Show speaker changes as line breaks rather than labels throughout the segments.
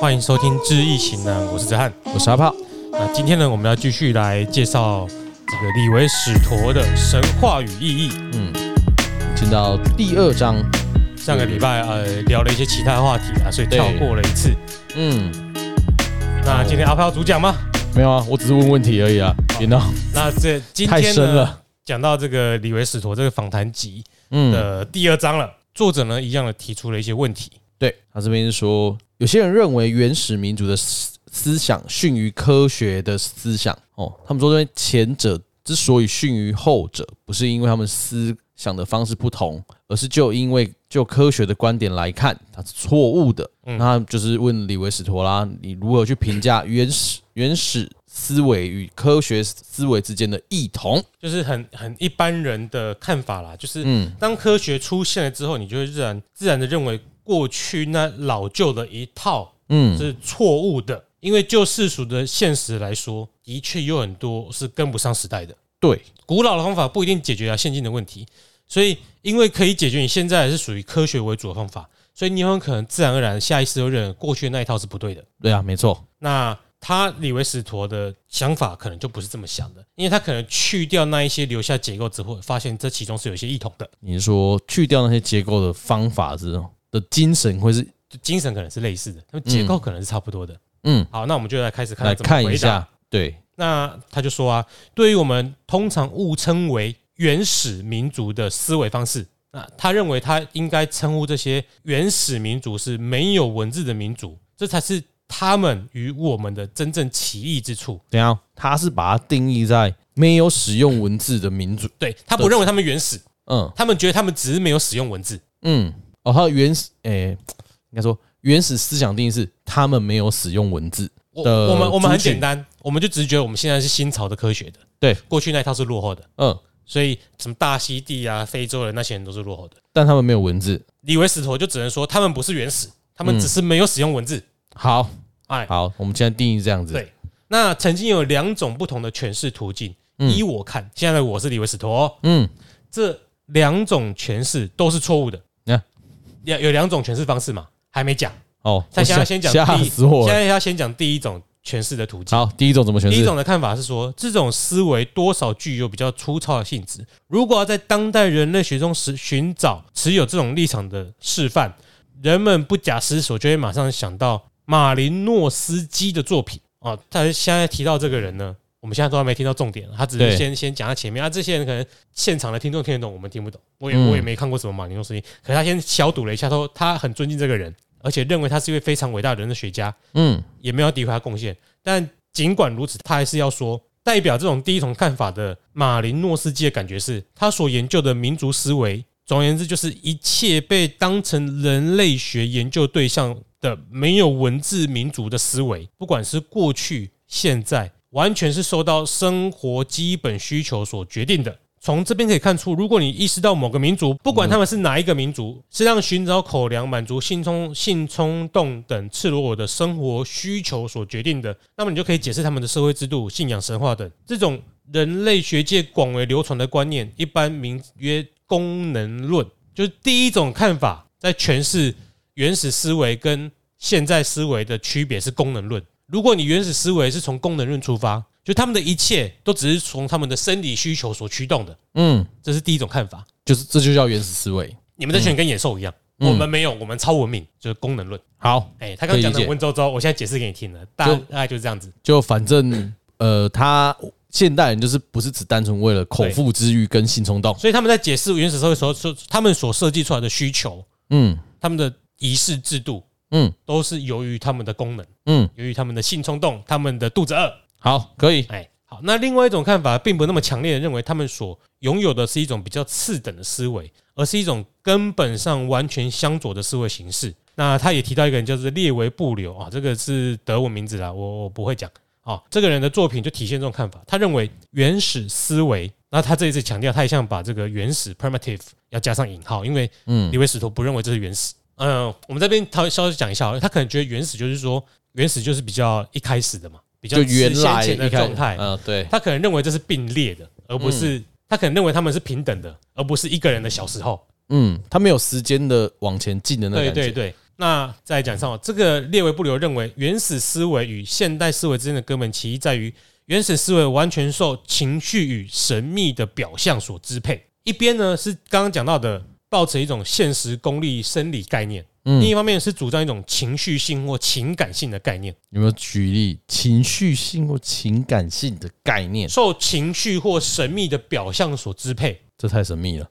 欢迎收听《知易行难》，我是泽汉。
我是阿炮，
那今天呢，我们要继续来介绍这个李维史陀的神话与意义。
嗯，进到第二章，
上个礼拜呃聊了一些其他话题啊，所以
对
跳过了一次。
嗯，
那今天阿飘主讲吗？
没有啊，我只是问问题而已啊，别闹，
那这今
太
天
深
呢，
了，
讲到这个李维史陀这个访谈集
嗯，
的第二章了。作者呢，一样的提出了一些问题。
对他这边是说，有些人认为原始民族的思思想逊于科学的思想，哦，他们说前者之所以逊于后者，不是因为他们思想的方式不同，而是就因为就科学的观点来看，它是错误的。
嗯
那就是问李维史陀拉，你如何去评价原始原始思维与科学思维之间的异同？
就是很很一般人的看法啦，就是
嗯，
当科学出现了之后，你就会自然自然的认为过去那老旧的一套
嗯，
是错误的，因为就世俗的现实来说，的确有很多是跟不上时代的。
对，
古老的方法不一定解决了啊现今的问题，所以因为可以解决你现在是属于科学为主的方法，所以你很可能自然而然下意识就认为过去那一套是不对的。
对啊，没错，
那他李维斯陀的想法可能就不是这么想的，因为他可能去掉那一些留下结构之后，发现这其中是有一些异同的，
你是说去掉那些结构的方法之后的精神会是，
就精神可能是类似的，他们结构可能是差不多的。
嗯，
好，那我们就来开始看
来
他怎么
看
回
一
答。
下，对，
那他就说啊，对于我们通常误称为原始民族的思维方式，那他认为他应该称呼这些原始民族是没有文字的民族，这才是他们与我们的真正奇异之处。
等一下，哦他是把它定义在没有使用文字的民族，
对他不认为他们原始，
嗯
他们觉得他们只是没有使用文字。
嗯，哦，他的原始，诶、应该说原始思想定义是他们没有使用文字，
我
的
我们我们很
族群
简单，我们就只是觉得我们现在是新潮的科学的，
对，
过去那一套是落后的，
嗯，
所以什么大溪地啊、非洲人那些人都是落后的。
但他们没有文字，
李维斯陀就只能说他们不是原始，他们只是没有使用文字。
好，
哎，
好，我们现在定义这样子，
对那曾经有两种不同的诠释途径，依我看，现在的我是李维斯陀哦，
嗯，
这两种诠释都是错误的。
啊
有有两种诠释方式嘛，还没讲，
哦，
他现在
吓
先讲
吓
第一，
死我
现
了，
在要先讲第一种诠释的途径。
好，第一种怎么诠
第一
释？
种的看法是说，这种思维多少具有比较粗糙的性质。如果要在当代人类学中寻寻找持有这种立场的示范，人们不假思索就会马上想到马林诺斯基的作品啊。但是现在提到这个人呢，我们现在都还没听到重点，他只是
对
先先讲他前面啊。这些人可能现场的听众听得懂，我们听不懂。我也
嗯
我也没看过什么马林诺斯基，可是他先小赌了一下，说他很尊敬这个人，而且认为他是一位非常伟大的人类学家。
嗯，
也没有诋毁他贡献。但尽管如此，他还是要说，代表这种第一种看法的马林诺斯基的感觉是，他所研究的民族思维，总而言之，就是一切被当成人类学研究对象的没有文字民族的思维，不管是过去、现在，完全是受到生活基本需求所决定的。从这边可以看出，如果你意识到某个民族，不管他们是哪一个民族，是让寻找口粮、满足性冲、性冲动等赤裸裸的生活需求所决定的，那么你就可以解释他们的社会制度、信仰、神话等。这种人类学界广为流传的观念，一般名曰功能论，就是第一种看法，在诠释原始思维跟现在思维的区别是功能论。如果你原始思维是从功能论出发，就他们的一切都只是从他们的生理需求所驱动的，
嗯，
这是第一种看法。
就是这就叫原始思维。
你们这群人跟野兽一样，
嗯
我们没有，我们超文明，就是功能论。
好，
哎、他刚刚讲
可以
的
理解
文绉绉，我现在解释给你听了，大
就
大概就是这样子。
就反正呃，他现代人就是不是只单纯为了口腹之欲跟性冲动，
所以他们在解释原始社会的时候，说他们所设计出来的需求，
嗯
他们的仪式制度，
嗯
都是由于他们的功能，
嗯，
由于他们的性冲动，他们的肚子饿。
好，可以，
哎，好，那另外一种看法，并不那么强烈的认为他们所拥有的是一种比较次等的思维，而是一种根本上完全相左的思维形式。那他也提到一个人，叫做列维布留啊，这个是德文名字啦，我我不会讲啊。这个人的作品就体现这种看法，他认为原始思维。那他这一次强调，他也想把这个原始 （primitive） 要加上引号，因为
嗯
李维史陀不认为这是原始。嗯，我们这边稍稍微讲一下好了，他可能觉得原始就是说，原始就是比较一开始的嘛，比较
就原来
先前的
一开始
状态。
嗯，对，
他可能认为这是并列的，而不是、他可能认为他们是平等的，而不是一个人的小时候。
嗯，他没有时间的往前进的那
对
感觉，
对对，那再讲上，这个列维布留认为，原始思维与现代思维之间的根本歧义在于，原始思维完全受情绪与神秘的表象所支配。一边呢是刚刚讲到的，抱持一种现实功利生理概念；
嗯
另一方面是主张一种情绪性或情感性的概念。
有没有举例情绪性或情感性的概念？
受情绪或神秘的表象所支配。
这太神秘了。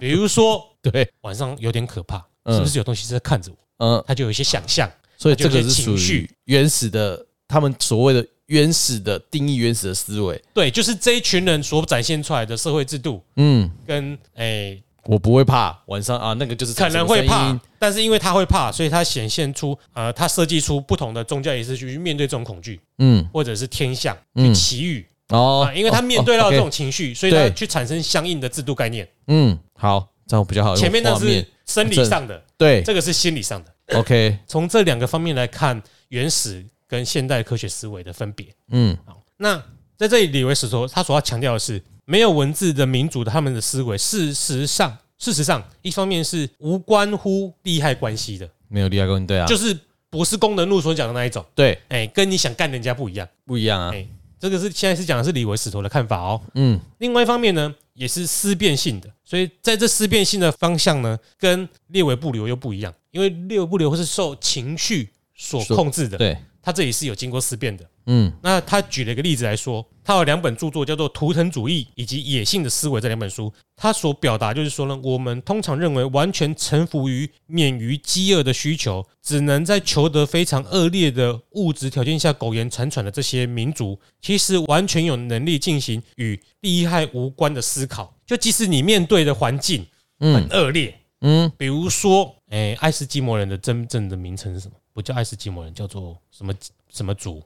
比如说，
对，
晚上有点可怕，
嗯
是不是有东西在看着我？
嗯，
他就有一些想象。
所以这个是
就
属
是情
于
绪
原始的，他们所谓的原始的定义、原始的思维。
对，就是这一群人所展现出来的社会制度
嗯，
跟诶、
我不会怕晚上啊，那个就是
可能会
什么声
怕
音，
但是因为他会怕，所以他显现出呃，他设计出不同的宗教仪式去面对这种恐惧，
嗯，
或者是天象去
嗯
祈雨
哦
啊，，因为他面对
哦
到
，OK
这种情绪，所以他
对
去产生相应的制度概念。
嗯，好，这样比较好。
前面那
画
是
面
生理
这
上的，
对
这个是心理上的。
，OK，
从这两个方面来看原始跟现代科学思维的分别。
嗯
好，那在这里，李维史说他所要强调的是，没有文字的民族的他们的思维，事实上，事实上，一方面是无关乎利害关系的，
没有利害关系，对啊，
就是不是功能路所讲的那一种，
对，
哎、跟你想干人家不一样。
不一样啊
哎。这个是现在是讲的是李维史陀的看法哦。
嗯，
另外一方面呢，也是思辨性的，所以在这思辨性的方向呢，跟列维不留又不一样，因为列维不留是受情绪所
所
控制的，
对，
他这里是有经过思辨的。
嗯
那他举了一个例子来说，他有两本著作叫做《图腾主义》以及《野性的思维》这两本书，他所表达就是说呢，我们通常认为完全臣服于免于饥饿的需求，只能在求得非常恶劣的物质条件下苟延残喘的这些民族，其实完全有能力进行与利害无关的思考。就即使你面对的环境很
嗯
恶劣，
嗯，
比如说，哎，爱斯基摩人的真正的名称是什么？不叫爱斯基摩人，叫做什么什么族？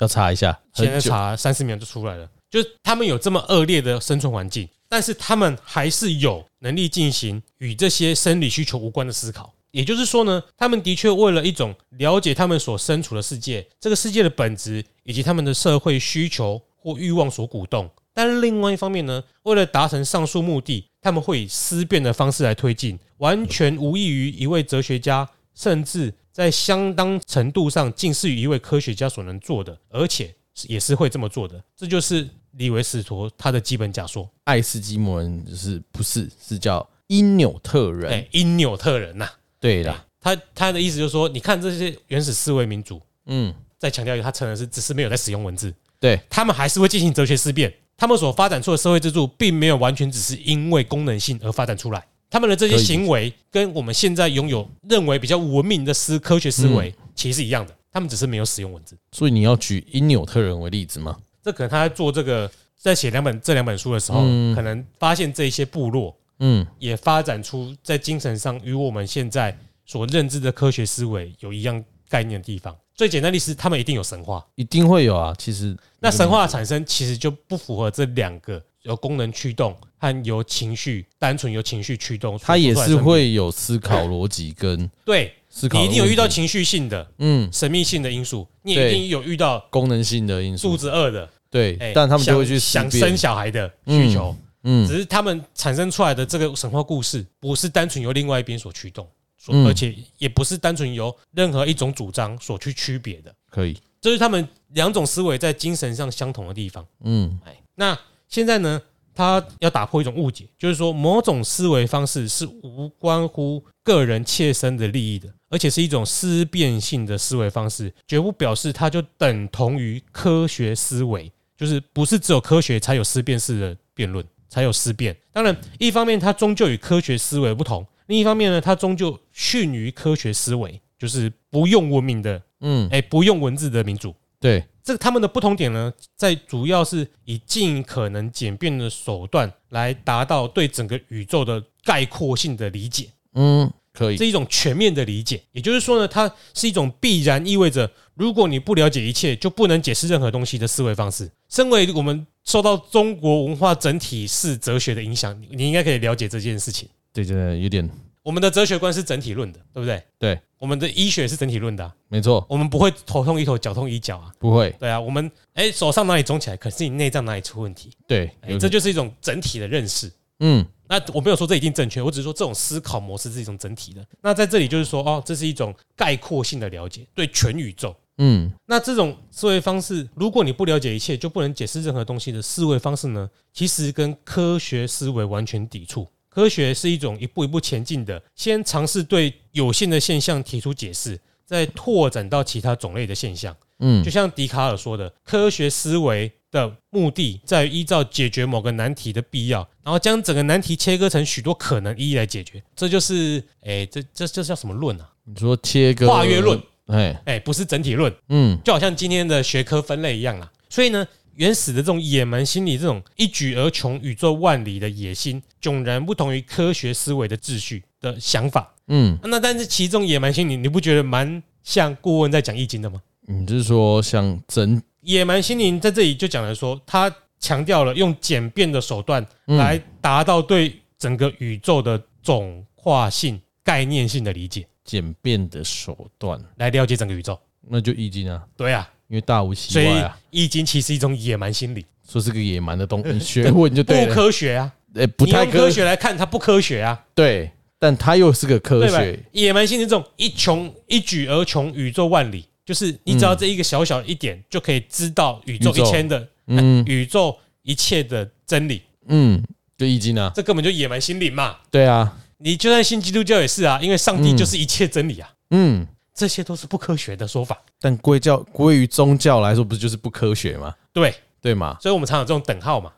要查一下，
现在
很久，
查三十秒就出来了。就是他们有这么恶劣的生存环境，但是他们还是有能力进行与这些生理需求无关的思考。也就是说呢，他们的确为了一种了解他们所身处的世界、这个世界的本质以及他们的社会需求或欲望所鼓动。但另外一方面呢，为了达成上述目的，他们会以思辨的方式来推进，完全无异于一位哲学家甚至在相当程度上近似于一位科学家所能做的，而且是也是会这么做的。这就是李维斯陀他的基本假说。
爱斯基摩人就是不是是叫因纽特
哎、
人？
因纽特人呐、
对
对
啦，
他他的意思就是说，你看这些原始思维民族，
嗯，
再强调一下，他承认是只是没有在使用文字，
对，
他们还是会进行哲学思辨。他们所发展出的社会制度，并没有完全只是因为功能性而发展出来。他们的这些
可以
行为，跟我们现在拥有认为比较文明的思科学思维，其实是一样的。他们只是没有使用文字。
所以你要举因纽特人为例子吗？
这可能他在做这个，在写两本这两本书的时候，
嗯
可能发现这一些部落
嗯，
也发展出在精神上与我们现在所认知的科学思维有一样概念的地方。最简单的例子，他们一定有神话。
一定会有啊。其实
那神话的产生其实就不符合这两个由功能驱动和由情绪单纯由情绪驱动所做出
它
来的
也
生命，
是会有思考逻辑 跟
对
思考，
你一定有遇到，情绪性的、
嗯，
神秘性的因素，你也
对
一定有遇到
功能性的因
肚
素，
子饿的，
对
哎，
但他们就会去
想
思
想生
辨，
小孩的需求。
嗯
只是他们产生出来的这个神话故事，不是单纯由另外一边所驱动，所
嗯
而且也不是单纯由任何一种主张所去区别的，
可以，
这是他们两种思维在精神上相同的地方。
嗯
哎，那现在呢，他要打破一种误解，就是说某种思维方式是无关乎个人切身的利益的，而且是一种思辨性的思维方式，绝不表示它就等同于科学思维，就是不是只有科学才有思辨式的辩论，才有思辨。当然，一方面它终究与科学思维不同，另一方面呢，它终究逊于科学思维，就是不用文明的，
嗯，
哎，不用文字的民主。
对，
这个他们的不同点呢，在主要是以尽可能简便的手段来达到对整个宇宙的概括性的理解，
嗯，可以，
这一种全面的理解。也就是说呢，它是一种必然意味着，如果你不了解一切，就不能解释任何东西的思维方式。身为我们受到中国文化整体式哲学的影响，你你应该可以了解这件事情。
对对对，有点
我们的哲学观是整体论的，对不对？
对，
我们的医学是整体论的啊、
没错，
我们不会头痛医头，脚痛医脚啊。
不会，
对啊，我们哎、手上哪里肿起来，可是你内脏哪里出问题，
对，
哎、
有
这就是一种整体的认识。
嗯，
那那我没有说这一定正确，我只是说这种思考模式是一种整体的。那在这里就是说，哦，这是一种概括性的了解，对全宇宙。
嗯，
那这种思维方式，如果你不了解一切，就不能解释任何东西的思维方式呢，其实跟科学思维完全抵触。科学是一种一步一步前进的，先尝试对有限的现象提出解释，再拓展到其他种类的现象。
嗯
就像笛卡尔说的，科学思维的目的在于依照解决某个难题的必要，然后将整个难题切割成许多可能一一来解决。这就是，哎、这这这叫什么论啊？
你说切割
跨越论，
哎，
哎、不是整体论。
嗯
就好像今天的学科分类一样啦。所以呢，原始的这种野蛮心理，这种一举而穷、宇宙万里的野心，迥然不同于科学思维的秩序的想法。
嗯，
那但是其中野蛮心理，你不觉得蛮像顾问在讲易经的吗？
你是说像整
野蛮心灵在这里就讲了说，他强调了用简便的手段来
嗯
达到对整个宇宙的总化性、概念性的理解，
简便的手段，
来了解整个宇宙。
那就易经啊，
对啊，
因为大无其
所以
外啊，
易经其实是一种野蛮心理，
说是个野蛮的东西，你 学问就对
不
了，
科学啊。
哎，不
你用
太
科，学来看，它不科学啊，
对，但它又是个科
对吧
学，？
野蛮心理这种一穷一举而穷，宇宙万里，就是你只要这一个小小一点，就可以知道宇宙
宇宙
一千的
嗯
宇宙一切的真理，
嗯，就易经啊，
这根本就野蛮心理嘛。
对啊，
你就算信基督教也是啊，因为上帝就是一切真理啊，
嗯，
这些都是不科学的说法。
但归教归于宗教来说，不是就是不科学吗？
对，
对吗？
所以我们常有这种等号嘛。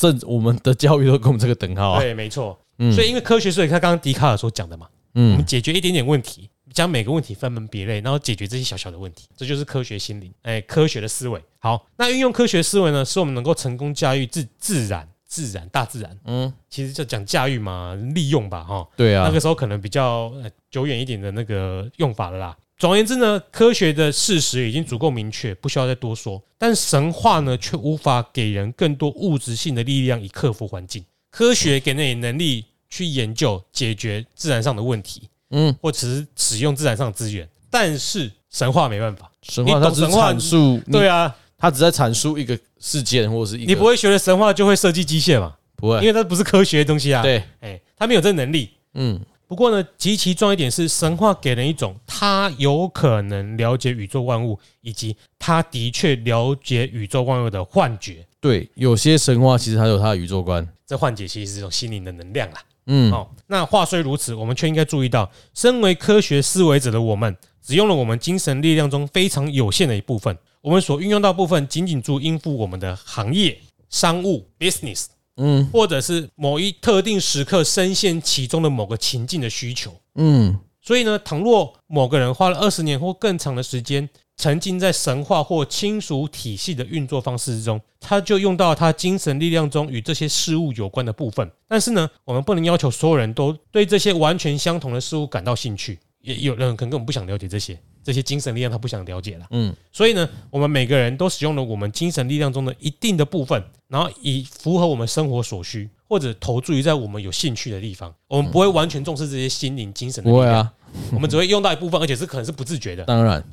这这我们的教育都跟我们这个等号啊，
对，没错。
嗯
所以因为科学，所以他刚刚笛卡尔所讲的嘛，我
嗯
们解决一点点问题，将每个问题分门别类，然后解决这些小小的问题，这就是科学心灵，哎，科学的思维。好，那运用科学思维呢，使我们能够成功驾驭自自然、自然、大自然。
嗯，
其实就讲驾驭嘛，利用吧，哈。
对啊
那，个时候可能比较呃久远一点的那个用法了啦。总而言之呢，科学的事实已经足够明确，不需要再多说。但神话呢，却无法给人更多物质性的力量以克服环境。科学给你能力去研究解决自然上的问题，
嗯，
或者是使用自然上的资源，但是神话没办法。
神
你
话
懂
它只是
神话
阐述，
对，啊，
它只在阐述一个事件或者是一个，
你不会学了神话就会设计机械嘛？
不会
因为它不是科学的东西啊。，
对，
哎，它没有这能力。
嗯
不过呢，极其重要一点是，神话给人一种他有可能了解宇宙万物，以及他的确了解宇宙万物的幻觉。
对，有些神话其实它有它的宇宙观，
这幻觉其实是一种心灵的能量啦。
嗯，
哦，那话虽如此，我们却应该注意到，身为科学思维者的我们，只用了我们精神力量中非常有限的一部分。我们所运用到部分，仅仅足应付我们的行业、商务 （business），
嗯，
或者是某一特定时刻深陷其中的某个情境的需求。
嗯
所以呢，倘若某个人花了二十年或更长的时间沉浸在神话或亲属体系的运作方式之中，他就用到他精神力量中与这些事物有关的部分。但是呢，我们不能要求所有人都对这些完全相同的事物感到兴趣，也有人可能根本不想了解这些。这些精神力量他不想了解了，
嗯，
所以呢，我们每个人都使用了我们精神力量中的一定的部分，然后以符合我们生活所需，或者投注于在我们有兴趣的地方。我们不会完全重视这些心灵精神的
不
力
会
量，
啊，
我们只会用到一部分，而且是可能是不自觉的。
当然，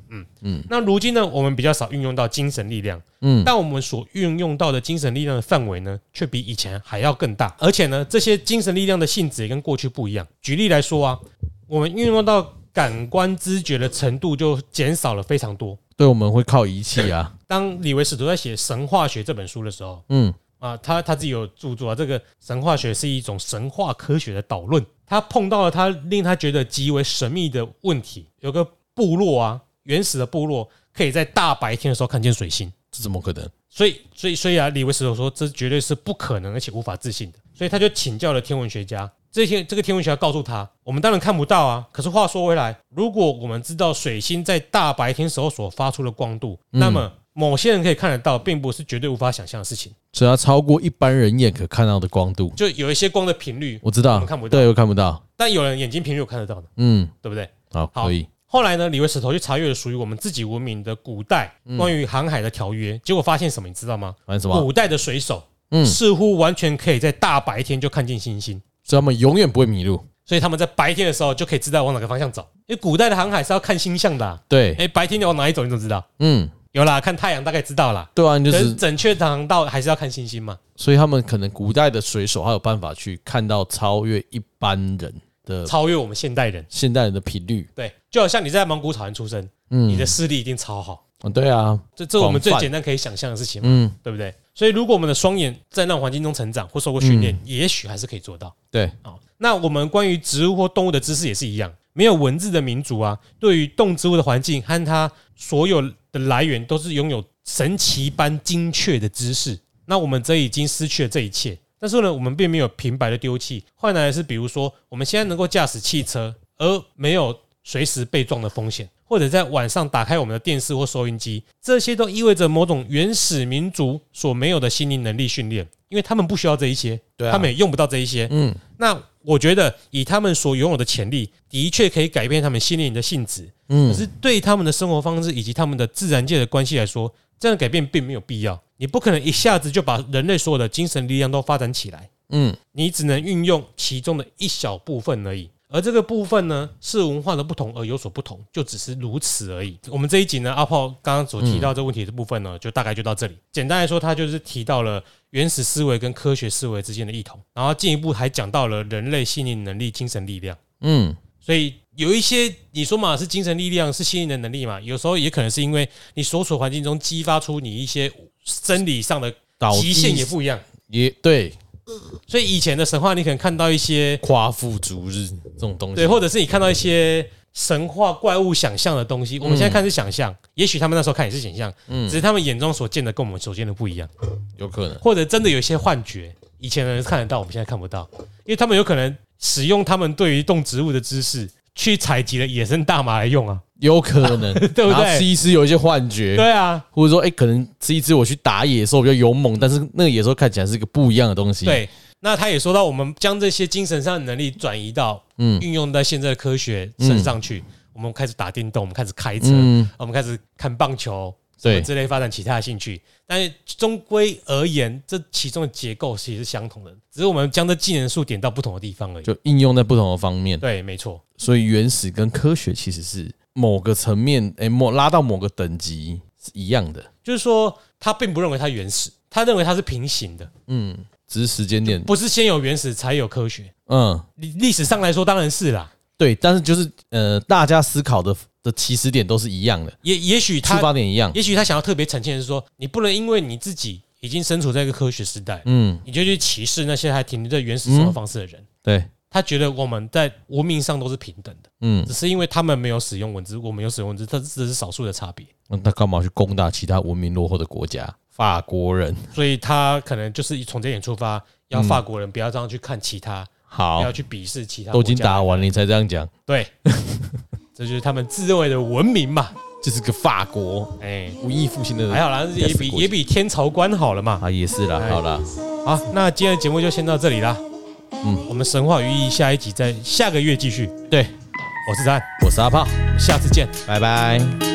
那如今呢，我们比较少运用到精神力量，
嗯
但我们所运用到的精神力量的范围呢，却比以前还要更大。而且呢，这些精神力量的性质也跟过去不一样。举例来说啊，我们运用到感官知觉的程度就减少了非常多。
对，我们会靠仪器 啊，
当李维史都在写《神话学》这本书的时候，
嗯
啊，他他自己有著作啊，这个神话学是一种神话科学的导论。他碰到了他令他觉得极为神秘的问题，有个部落啊，原始的部落可以在大白天的时候看见水星，
这怎么可能？
所以所以所以啊，李维斯说这绝对是不可能而且无法置信的，所以他就请教了天文学家。这些这个天文学家告诉他，我们当然看不到啊。可是话说回来，如果我们知道水星在大白天时候所发出的光度，
嗯
那么某些人可以看得到，并不是绝对无法想象的事情。
只要超过一般人眼可看到的光度，
就有一些光的频率
我知
我
道
们，看不到，
对，我看不到，
但有人眼睛频率有看得到的，
嗯，
对不对？
好，
好
可以，
后来呢，李维石头去查阅了属于我们自己文明的古代关于航海的条约，结果发现什么，你知道吗？
反正嗯什么，
古代的水手
嗯，
似乎完全可以在大白天就看见星星，
所以他们永远不会迷路，
所以他们在白天的时候就可以知道往哪个方向走。因为古代的航海是要看星象的啊、
对，
哎，白天你往哪里走，你怎么知道？
嗯，
有啦，看太阳大概知道啦。
对啊，你就
整
是
准确航道还是要看星星嘛，
所以他们可能古代的水手还有办法去看到超越一般人的
超越我们现代人。
现代人的频率。
对，就好像你在蒙古草原出生，
嗯，
你的视力一定超好，
哦对啊，
这这我们最
广泛
简单可以想象的事情嘛，
嗯，
对不对？所以如果我们的双眼在那种环境中成长或受过训
嗯
练，也许还是可以做到。
对，
哦，那我们关于植物或动物的知识也是一样，没有文字的民族啊，对于动植物的环境和它所有的来源，都是拥有神奇般精确的知识。那我们这已经失去了这一切，但是呢，我们并没有平白的丢弃，换来的是比如说，我们现在能够驾驶汽车，而没有随时被撞的风险。或者在晚上打开我们的电视或收音机，这些都意味着某种原始民族所没有的心灵能力训练，因为他们不需要这一些，
对啊
他们也用不到这一些，
嗯，
那我觉得以他们所拥有的潜力，的确可以改变他们心灵的性质。
嗯
可是对他们的生活方式以及他们的自然界的关系来说，这样的改变并没有必要。你不可能一下子就把人类所有的精神力量都发展起来，
嗯，
你只能运用其中的一小部分而已。而这个部分呢，是文化的不同而有所不同，就只是如此而已。我们这一集呢，阿炮刚刚所提到这个问题的部分呢，就大概就到这里。简单来说，他就是提到了原始思维跟科学思维之间的异同，然后进一步还讲到了人类心灵能力、精神力量。
嗯，
所以有一些你说嘛是精神力量，是心灵的能力嘛，有时候也可能是因为你所处环境中激发出你一些生理上的
倒
极限
地
也不一样。
也对，
所以以前的神话，你可能看到一些
夸父逐日这种东西，
对，或者是你看到一些神话怪物想象的东
嗯
西，我们现在看是想象，也许他们那时候看也是想象，只是他们眼中所见的跟我们所见的不一样，
有可能，
或者真的有一些幻觉，以前的人看得到，我们现在看不到，因为他们有可能使用他们对于动植物的知识去采集了野生大麻来用啊，
有可能，对
对不对
吃一吃有一些幻觉，
对啊，
或者说，哎、可能吃一吃我去打野兽比较勇猛，但是那个野兽看起来是一个不一样的东西，，
对。那他也说到，我们将这些精神上的能力转移到
嗯
运用在现在的科学身上去，我们开始打电动，我们开始开车，
嗯，
我们开始看棒球，
对，
之类发展其他的兴趣。但是终归而言，这其中的结构其实是相同的，只是我们将这技能数点到不同的地方而已。
就应用在不同的方面，
对，没错，
所以原始跟科学其实是某个层面，哎、某拉到某个等级是一样的，
就是说他并不认为它原始，他认为它是平行的，
嗯，只是时间点，
不是先有原始才有科学。
嗯，
历历史上来说，当然是啦。
对，但是就是呃，大家思考的的起始点都是一样的，
也也许
出
他，
发点一样，
也许他想要特别呈现的是说，你不能因为你自己已经身处在一个科学时代，
嗯，
你就去歧视那些还停留在原始生活方式的人。
对，
他觉得我们在文明上都是平等的，
嗯，
只是因为他们没有使用文字，我们有使用文字，这只是少数的差别。
那他干嘛去攻打其他文明落后的国家？法国人，
所以他可能就是从这点出发，要法国人不要这样去看其他，不
好
要，去鄙视其他
都
国
已
家。
经打完了，你才这样讲，
对，这就是他们自认为的文明嘛。
这是个法国
哎、
文艺复兴的，
还好啦，也比也比天朝观好了嘛。
啊，也是啦，
哎
好啦，
好，那今天的节目就先到这里啦。
嗯
嗯，我们神话语义下一集在下个月继续。
对，
我是詹，
我是阿胖，
我们下次见。
拜拜。